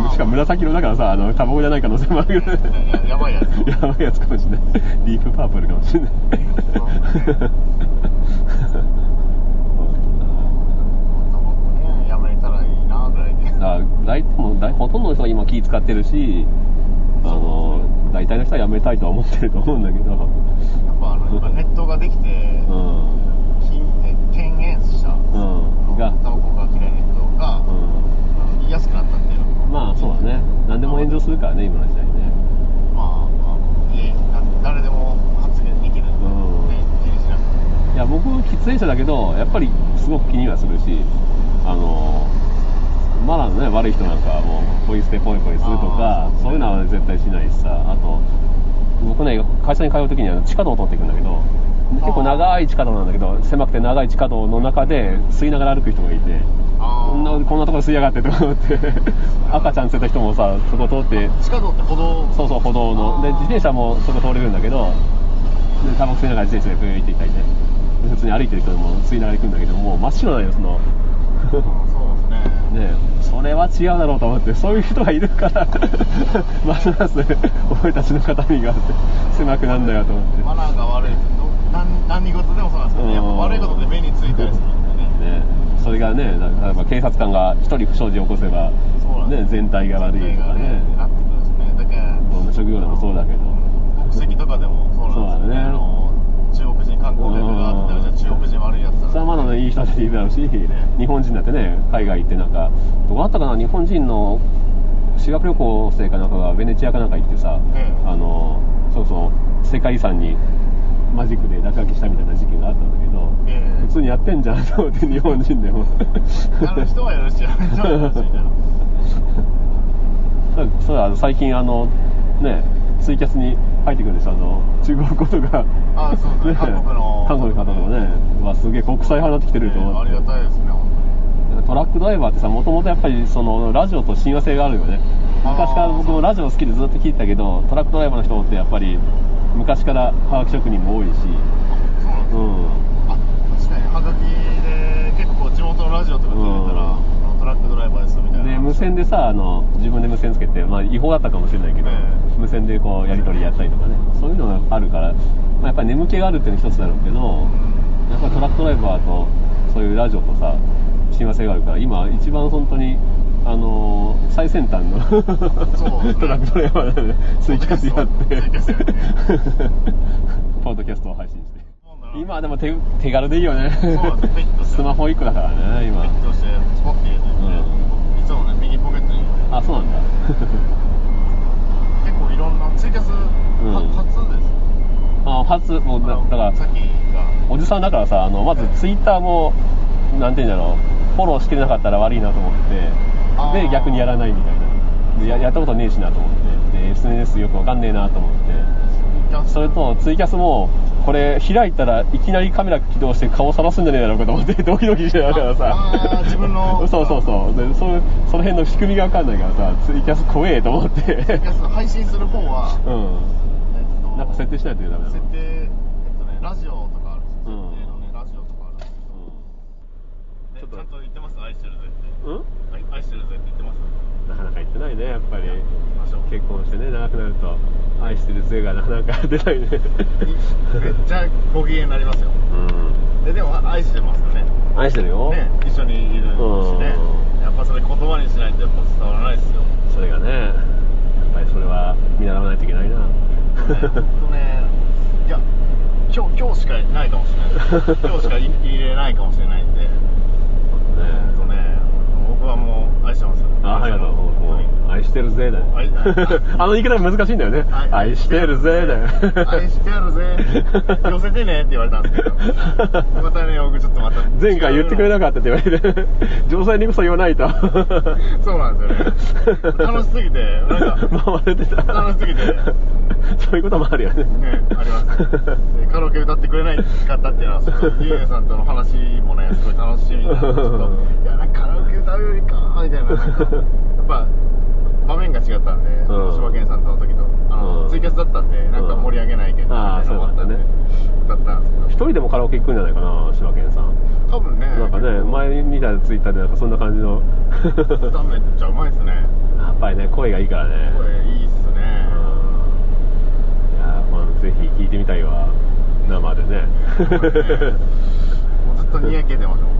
Speaker 3: うんしかも紫色だからさ、あの、タバコじゃない可能性もあるけどね。
Speaker 4: ややばいやつ
Speaker 3: やばいやつかもしれない。ディープパープルかもしれない。
Speaker 4: タバコね、やめたらいいなぐらいで。
Speaker 3: だ大もう大ほとんどの人が今気使ってるし、あの、大体の人はやめたいとは思ってると思うんだけど、
Speaker 4: やっぱあの今ネットができて、
Speaker 3: うん。
Speaker 4: 禁え天元したあ
Speaker 3: うん、
Speaker 4: の
Speaker 3: が、
Speaker 4: タバコが嫌いな人が、
Speaker 3: う
Speaker 4: あの言いやすくなったっていうの
Speaker 3: ん、まあそうだね何でも炎上するからね今の時代ね
Speaker 4: まあ、まあ、いいな誰でも発言できる
Speaker 3: うん
Speaker 4: ね気にしなくて
Speaker 3: いや僕喫煙者だけどやっぱりすごく気にはするしあのまだね悪い人なんかはもうポイ捨てポイポイするとか
Speaker 4: あー
Speaker 3: そういうのは絶対しないしさあと僕ね会社に通う時には地下道を通っていくんだけど結構長い地下道なんだけど狭くて長い地下道の中で吸いながら歩く人がいて
Speaker 4: あ
Speaker 3: こんなこんなところ吸いやがってとか思って赤ちゃん連れた人もさそこ通って
Speaker 4: 地下道って歩道
Speaker 3: そうそう歩道ので
Speaker 4: あー
Speaker 3: 自転車もそこ通れるんだけどでタバコ吸いながら自転車でブーンって行ったりねで普通に歩いてる人も吸いながら行くんだけどもう真っ白なんよその
Speaker 4: うんそうですね
Speaker 3: ねえそれは違うだろうと思ってそういう人がいるから ますます俺たちの肩身が狭くなんだよと思って
Speaker 4: マナーが悪いとど何何事でもそうなんですけど、ね、やっぱ悪いことで目についたりするんでね
Speaker 3: ねえそれがねだ例えば警察官が一人不祥事を起こせば
Speaker 4: そうなんです
Speaker 3: ね全体が悪いとかね
Speaker 4: 全体がなってくるんですねだから
Speaker 3: どんな職業でもそうだけど
Speaker 4: 国籍とかでもそうなんで
Speaker 3: そ
Speaker 4: すよね
Speaker 3: うだね
Speaker 4: あの中国人観光客があったらじゃあ中国人悪いやつだ
Speaker 3: それはまだね、いい人たちいるだろうし、日本人だってね、海外行ってなんか、どこだったかな、日本人の修学旅行生かなんかがベネチアかなんか行ってさ、
Speaker 4: ええ
Speaker 3: あの、そうそう、世界遺産にマジックで落書きしたみたいな事件があったんだけど、
Speaker 4: ええ
Speaker 3: 普通にやってんじゃんと思って、日本人でも。
Speaker 4: なる人はやるしやる人はやるしみたいな
Speaker 3: だから そうだあの最近あのねツイキャスに入ってくるでしょあの中国語とか
Speaker 4: あそうそう韓国の
Speaker 3: 韓国の方とかね、うわすげえ国際派になってきてると思
Speaker 4: ええあ
Speaker 3: って、
Speaker 4: りがたいですね本
Speaker 3: トラックドライバーってさもともとやっぱりそのラジオと親和性があるよね
Speaker 4: あー
Speaker 3: 昔から僕もラジオ好きでずっと聞いてたけどトラックドライバーの人ってやっぱり昔からハガキ職人も多いし
Speaker 4: 当にそうなんです
Speaker 3: う
Speaker 4: よ
Speaker 3: ん
Speaker 4: あ確かにハガキで結構地元のラジオとか聞いてたら、
Speaker 3: うん
Speaker 4: あのトラックドライバーですみたいな
Speaker 3: で無線でさあの自分で無線つけて、まあ、違法だったかもしれないけど、
Speaker 4: ええ
Speaker 3: 無線でこうやり取りやったりとかねそういうのがあるから、まあ、やっぱり眠気があるっていうのは一つだろうけどやっぱりトラックドライバーとそういうラジオとさ親和性があるから今一番本当にあのー最先端の
Speaker 4: そうですね
Speaker 3: トラックドライバーなのでツイキャスやって
Speaker 4: ツイキャスやって
Speaker 3: ポッドキャストを配信して今
Speaker 4: 今
Speaker 3: はでも手手軽でいいよね
Speaker 4: そうですペットして
Speaker 3: スマホ1個だからね今
Speaker 4: ピッとしてスポッて入れて、
Speaker 3: う
Speaker 4: いつもね右ポケットに入れて
Speaker 3: あそうなんだ
Speaker 4: 結構いろんなツイキャス、は
Speaker 3: うん
Speaker 4: 初です
Speaker 3: あ初もうだだから
Speaker 4: さっきが
Speaker 3: おじさんだからさあのまずツイッターもなんていうんだろうフォローしてなかったら悪いなと思
Speaker 4: あ
Speaker 3: って
Speaker 4: ー
Speaker 3: で逆にやらないみたいなでややったことねえしなと思ってで SNS よくわかんねえなと思っ
Speaker 4: いや
Speaker 3: てそれとツイキャスもこれ開いたらいきなりカメラ起動して顔さらすんじゃねえだろうかと思ってドキドキしてたから
Speaker 4: あ
Speaker 3: さ
Speaker 4: あー自分 の
Speaker 3: そうそうそうでそその辺の仕組みがわかんないからさツイキャス怖えと思っ
Speaker 4: ツイ
Speaker 3: て
Speaker 4: キャス配信する方は、
Speaker 3: うん
Speaker 4: えっと
Speaker 3: なんか設定しないとダメなの
Speaker 4: 設定えっとねラジオとかあるんですよ
Speaker 3: うん
Speaker 4: 設定のねラジオとかあるんです
Speaker 3: ちょ
Speaker 4: よ
Speaker 3: っ
Speaker 4: で
Speaker 3: と
Speaker 4: ちゃんと言ってます愛してるぜっ
Speaker 3: うん
Speaker 4: てはい愛してるぜって言ってます
Speaker 3: なかなか言ってないねやっぱり
Speaker 4: 行きましょう
Speaker 3: 結婚してね長くなると愛してるぜがなかなか出ないね
Speaker 4: めっちゃご機嫌になりますよ
Speaker 3: うん
Speaker 4: ででもあ愛してますよね
Speaker 3: 愛してるよ、
Speaker 4: ね一緒にいるしね
Speaker 3: う
Speaker 4: やっぱそれ言葉にしないとやっぱ伝わらな いですよ
Speaker 3: それがねやっぱりそれは見習わないといけないな
Speaker 4: ほんとねいや今日今日 しかないかもしれない今日しかい入れないかもしれないんでえっとね
Speaker 3: あありがとうもうもう愛してるぜだよ
Speaker 4: はい
Speaker 3: あの言い方難しいんだよね
Speaker 4: はい
Speaker 3: 愛してるぜだよ
Speaker 4: 愛してや るぜ寄せてねって言われたんですけどまたね僕ちょっとまた
Speaker 3: 前回言ってくれなかったって言われ て城西にこそ言わないと
Speaker 4: そうなんですよね楽しすぎて なんか
Speaker 3: 回れてた
Speaker 4: 楽しすぎて
Speaker 3: そういうこともあるよね
Speaker 4: ねあります でカラオケ歌ってくれないかったっていうのはそのゆうゆうさんとの話もねすごい楽しみだなちょっ といやなんかカラオケ歌うよりかみたいななんかやっぱ場面が違ったんで、
Speaker 3: ん
Speaker 4: 柴犬さんとの時とあの、
Speaker 3: うん
Speaker 4: ツイキャスだったんでなんか盛り上げないけど、み
Speaker 3: ああ
Speaker 4: たいなのもあったんで、
Speaker 3: そう
Speaker 4: 歌ったんですけど
Speaker 3: 一人でもカラオケ行くんじゃないかな柴犬さん
Speaker 4: 多分ね
Speaker 3: なんかね前に見たツイッターでなんかそんな感じの
Speaker 4: 歌めっちゃうまいですね
Speaker 3: やっぱりね声がいいからね
Speaker 4: これいいっすね
Speaker 3: うんいやーまあぜひ聞いてみたいわ生でね
Speaker 4: これねもうずっとにやけてました もん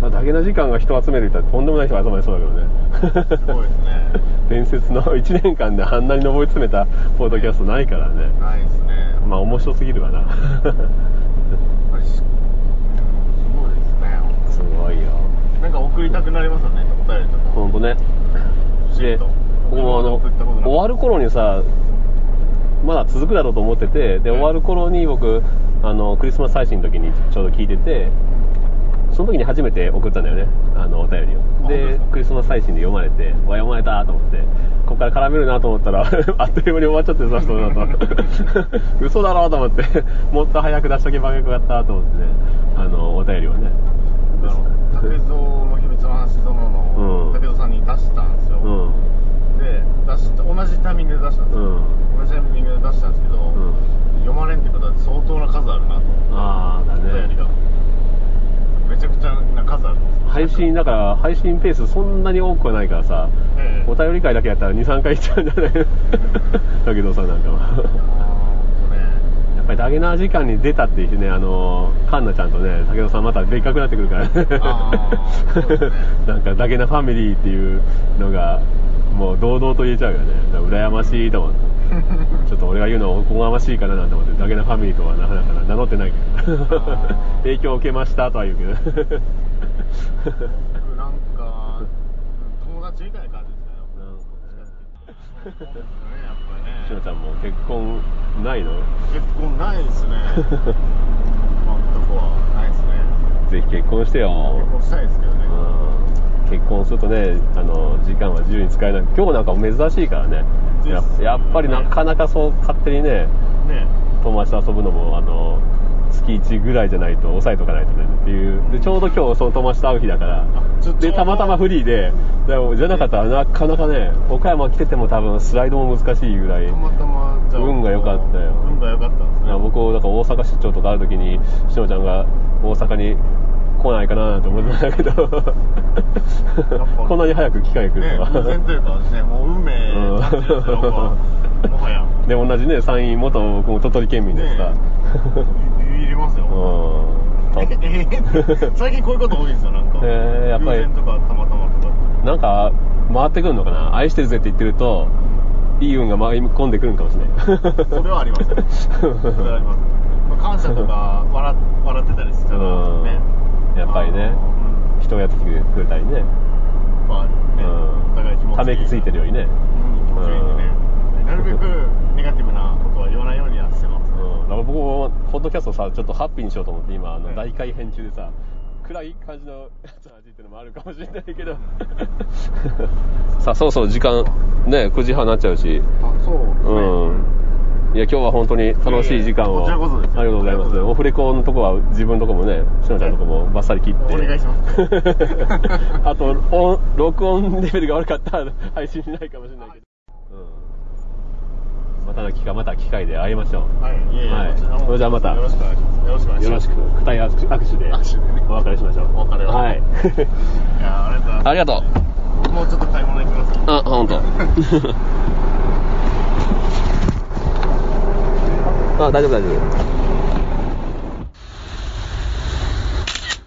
Speaker 3: さあダゲな時間が人を集めるって言ったらとんでもない人が集まりそうだけどね
Speaker 4: すごいですね
Speaker 3: 伝説の1年間であんなに上り詰めたポッドキャストないからね
Speaker 4: ないですね
Speaker 3: まあ面白すぎるわな
Speaker 4: あれしうんすごいですね
Speaker 3: すごいよ
Speaker 4: なんか送りたくなりますよねお便りとか
Speaker 3: ほんとねで
Speaker 4: ちょっと
Speaker 3: 僕もあの
Speaker 4: 送ったことない
Speaker 3: 終わる頃にさまだ続くだろうと思っててで
Speaker 4: うん
Speaker 3: 終わる頃に僕あのクリスマス配信の時にちょうど聞いててその時に初めて送ったんだよねあのお便りを
Speaker 4: あ本当で
Speaker 3: です
Speaker 4: か
Speaker 3: クリスマス配信で読まれてわ読まれたと思ってここから絡めるなと思ったら あっという間に終わっちゃってさその 後嘘だろうと思ってもっと早く出しとけばよかったと思ってねあのお便りをね
Speaker 4: あの竹蔵の秘密の話そのの、
Speaker 3: うん
Speaker 4: 竹蔵さんに出したんですよ、
Speaker 3: うん
Speaker 4: で出した同じタイミングで出したんです
Speaker 3: う
Speaker 4: よ、
Speaker 3: ん
Speaker 4: 同じタイミングで出したんですけど、
Speaker 3: うん
Speaker 4: 読まれんってことは相当な数あるなと
Speaker 3: ああだ
Speaker 4: お便り
Speaker 3: ね
Speaker 4: がめちゃくちゃな数あるんですよ
Speaker 3: 配信だから配信ペースそんなに多くはないからさ
Speaker 4: ええ
Speaker 3: お便り会だけやったら23回いっちゃうんじゃない だけどさなんかは
Speaker 4: あーほんとね
Speaker 3: やっぱりダゲナー時間に出たっていうね、あのー、カンナちゃんとね、武田さんまた別格になってくるからね
Speaker 4: あーそうですね
Speaker 3: なんかダゲナファミリーっていうのが、もう堂々と言えちゃうよね。だから羨ましいと思って。ちょっと俺が言うのおこがましいかななんて思って、ダゲナファミリーとはなかなか名乗ってないけど
Speaker 4: あー。
Speaker 3: 影響を受けましたとは言うけど。
Speaker 4: なんかうん友達みたいな感じですねやっぱそうですねやっ
Speaker 3: し
Speaker 4: ぱ
Speaker 3: の
Speaker 4: り
Speaker 3: ち
Speaker 4: ね
Speaker 3: ゃんも結婚ない の
Speaker 4: 結婚ないですね今んとこはないですね
Speaker 3: ぜひ結婚してよ
Speaker 4: 結。婚したいですけどね
Speaker 3: うん結婚するとねあの時間は自由に使えない今日なんか珍しいからねや
Speaker 4: ですよね
Speaker 3: やっぱりなかなかそう勝手にね
Speaker 4: ね
Speaker 3: 友達と遊ぶのもあの月1ぐらいじゃないと抑えとかないとねっていうでちょうど今日その友達と会う日だから
Speaker 4: ちょちょうど
Speaker 3: でたまたまフリーででもじゃなかったらなかなかね岡山来てても多分スライドも難しいぐらい
Speaker 4: たまたまじゃあ
Speaker 3: 運が良かったよ
Speaker 4: 運が良かったんです
Speaker 3: いや
Speaker 4: ね
Speaker 3: 僕なんか大阪出張とかある時にしのちゃんが大阪に来ないかななんて思ってたんだけどこんなに早く機会来 る
Speaker 4: ね
Speaker 3: と
Speaker 4: 偶然と
Speaker 3: は
Speaker 4: いうかですねもう運命感じですよ僕は
Speaker 3: うん
Speaker 4: もはや
Speaker 3: で同じね山陰元僕も鳥取県民ですから、
Speaker 4: ねいりますよ
Speaker 3: うん
Speaker 4: え
Speaker 3: と
Speaker 4: ー最近こういうこと多いんですよなんか、
Speaker 3: えーやっぱり
Speaker 4: 偶然とかたまたまとか
Speaker 3: なんか回ってくるのかな愛してるぜって言ってるといい運が舞い込んでくるんかもしれない
Speaker 4: それはありますねそれはありますね、まあ、感謝とか笑笑ってたりしたら
Speaker 3: うん
Speaker 4: ね
Speaker 3: やっぱり
Speaker 4: あ
Speaker 3: ね
Speaker 4: のうん
Speaker 3: 人がやってきてくれたりね
Speaker 4: やっぱね、
Speaker 3: うん
Speaker 4: お互い気持ち
Speaker 3: ため息ついてるよりね
Speaker 4: うん気持ちがいいんでね、でなるべくネガティブなことは言わないようにはしてます、
Speaker 3: うんだから僕もポッドキャストさちょっとハッピーにしようと思って今あ
Speaker 4: は
Speaker 3: の
Speaker 4: い
Speaker 3: 大改編中でさ暗い感じのやつの味っていうのもあるかもしれない けどさあそろそろ時間ね9時半になっちゃうし
Speaker 4: あそうですね、
Speaker 3: うんいや今日は本当に楽しい時間を
Speaker 4: いえいえこちらこそですよ
Speaker 3: ありがとうございま
Speaker 4: ありがとうご
Speaker 3: す
Speaker 4: ざいます
Speaker 3: オフレコのとこは自分のとこもねしのちゃんのとこもバッサリ切って
Speaker 4: お願いします
Speaker 3: あと音録音レベルが悪かったら配信しないかもしれないけど、うん、またの機会また機会で会いましょう
Speaker 4: はいいえいえ、
Speaker 3: はい
Speaker 4: こちらも
Speaker 3: それじゃあまた
Speaker 4: よろしくお願いしますよろしくお願いし
Speaker 3: よ
Speaker 4: ま
Speaker 3: ろ
Speaker 4: す
Speaker 3: しく、二人握手握手で
Speaker 4: 握手でね
Speaker 3: お別れしましょう。
Speaker 4: お別れを
Speaker 3: はい。
Speaker 4: いや ありがとうございます
Speaker 3: ありがとう。
Speaker 4: 僕もうちょっと買い物行きます
Speaker 3: あ、ほんと。 あ、大丈夫大丈夫。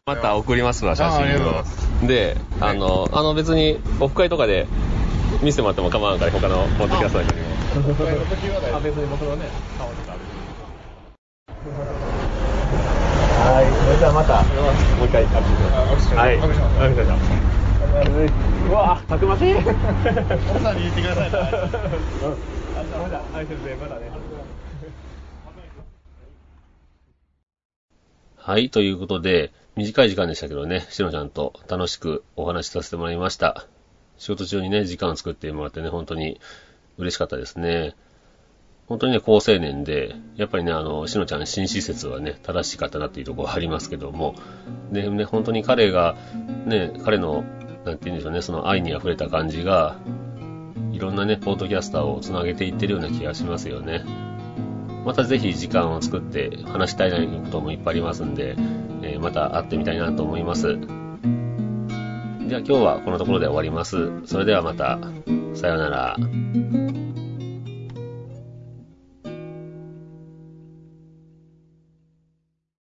Speaker 3: また送りますわ、写
Speaker 4: ああり
Speaker 3: 真
Speaker 4: がとうござい
Speaker 3: を。で、あ
Speaker 4: はい
Speaker 3: の、あの別に、オフ会とかで見せてもらっても構わんから、他のポッドキャストだけど。
Speaker 4: あ別に僕のね
Speaker 3: はい、それじゃあまた、もう一回握手しましょう。はい、
Speaker 4: 握手しましょう
Speaker 3: 握手しましょう。
Speaker 5: うわたくましい
Speaker 4: 奥さんに言ってくださいね
Speaker 5: まだ挨拶でまだね
Speaker 3: はい、ということで、短い時間でしたけどね、しのちゃんと楽しくお話しさせてもらいました。仕事中にね、時間を作ってもらってね、本当に嬉しかったですね。本当にね、高青年で、やっぱりね、あの、しのちゃん新施設はね、正しかったなっていうところはありますけども、で、ね、本当に彼が、ね、彼の、なんて言うんでしょうね、その愛に溢れた感じが、いろんなね、ポートキャスターをつなげていってるような気がしますよね。またぜひ時間を作って話したいこともいっぱいありますんで、えーまた会ってみたいなと思います。じゃあ今日はこのところで終わります。それではまた。さようなら。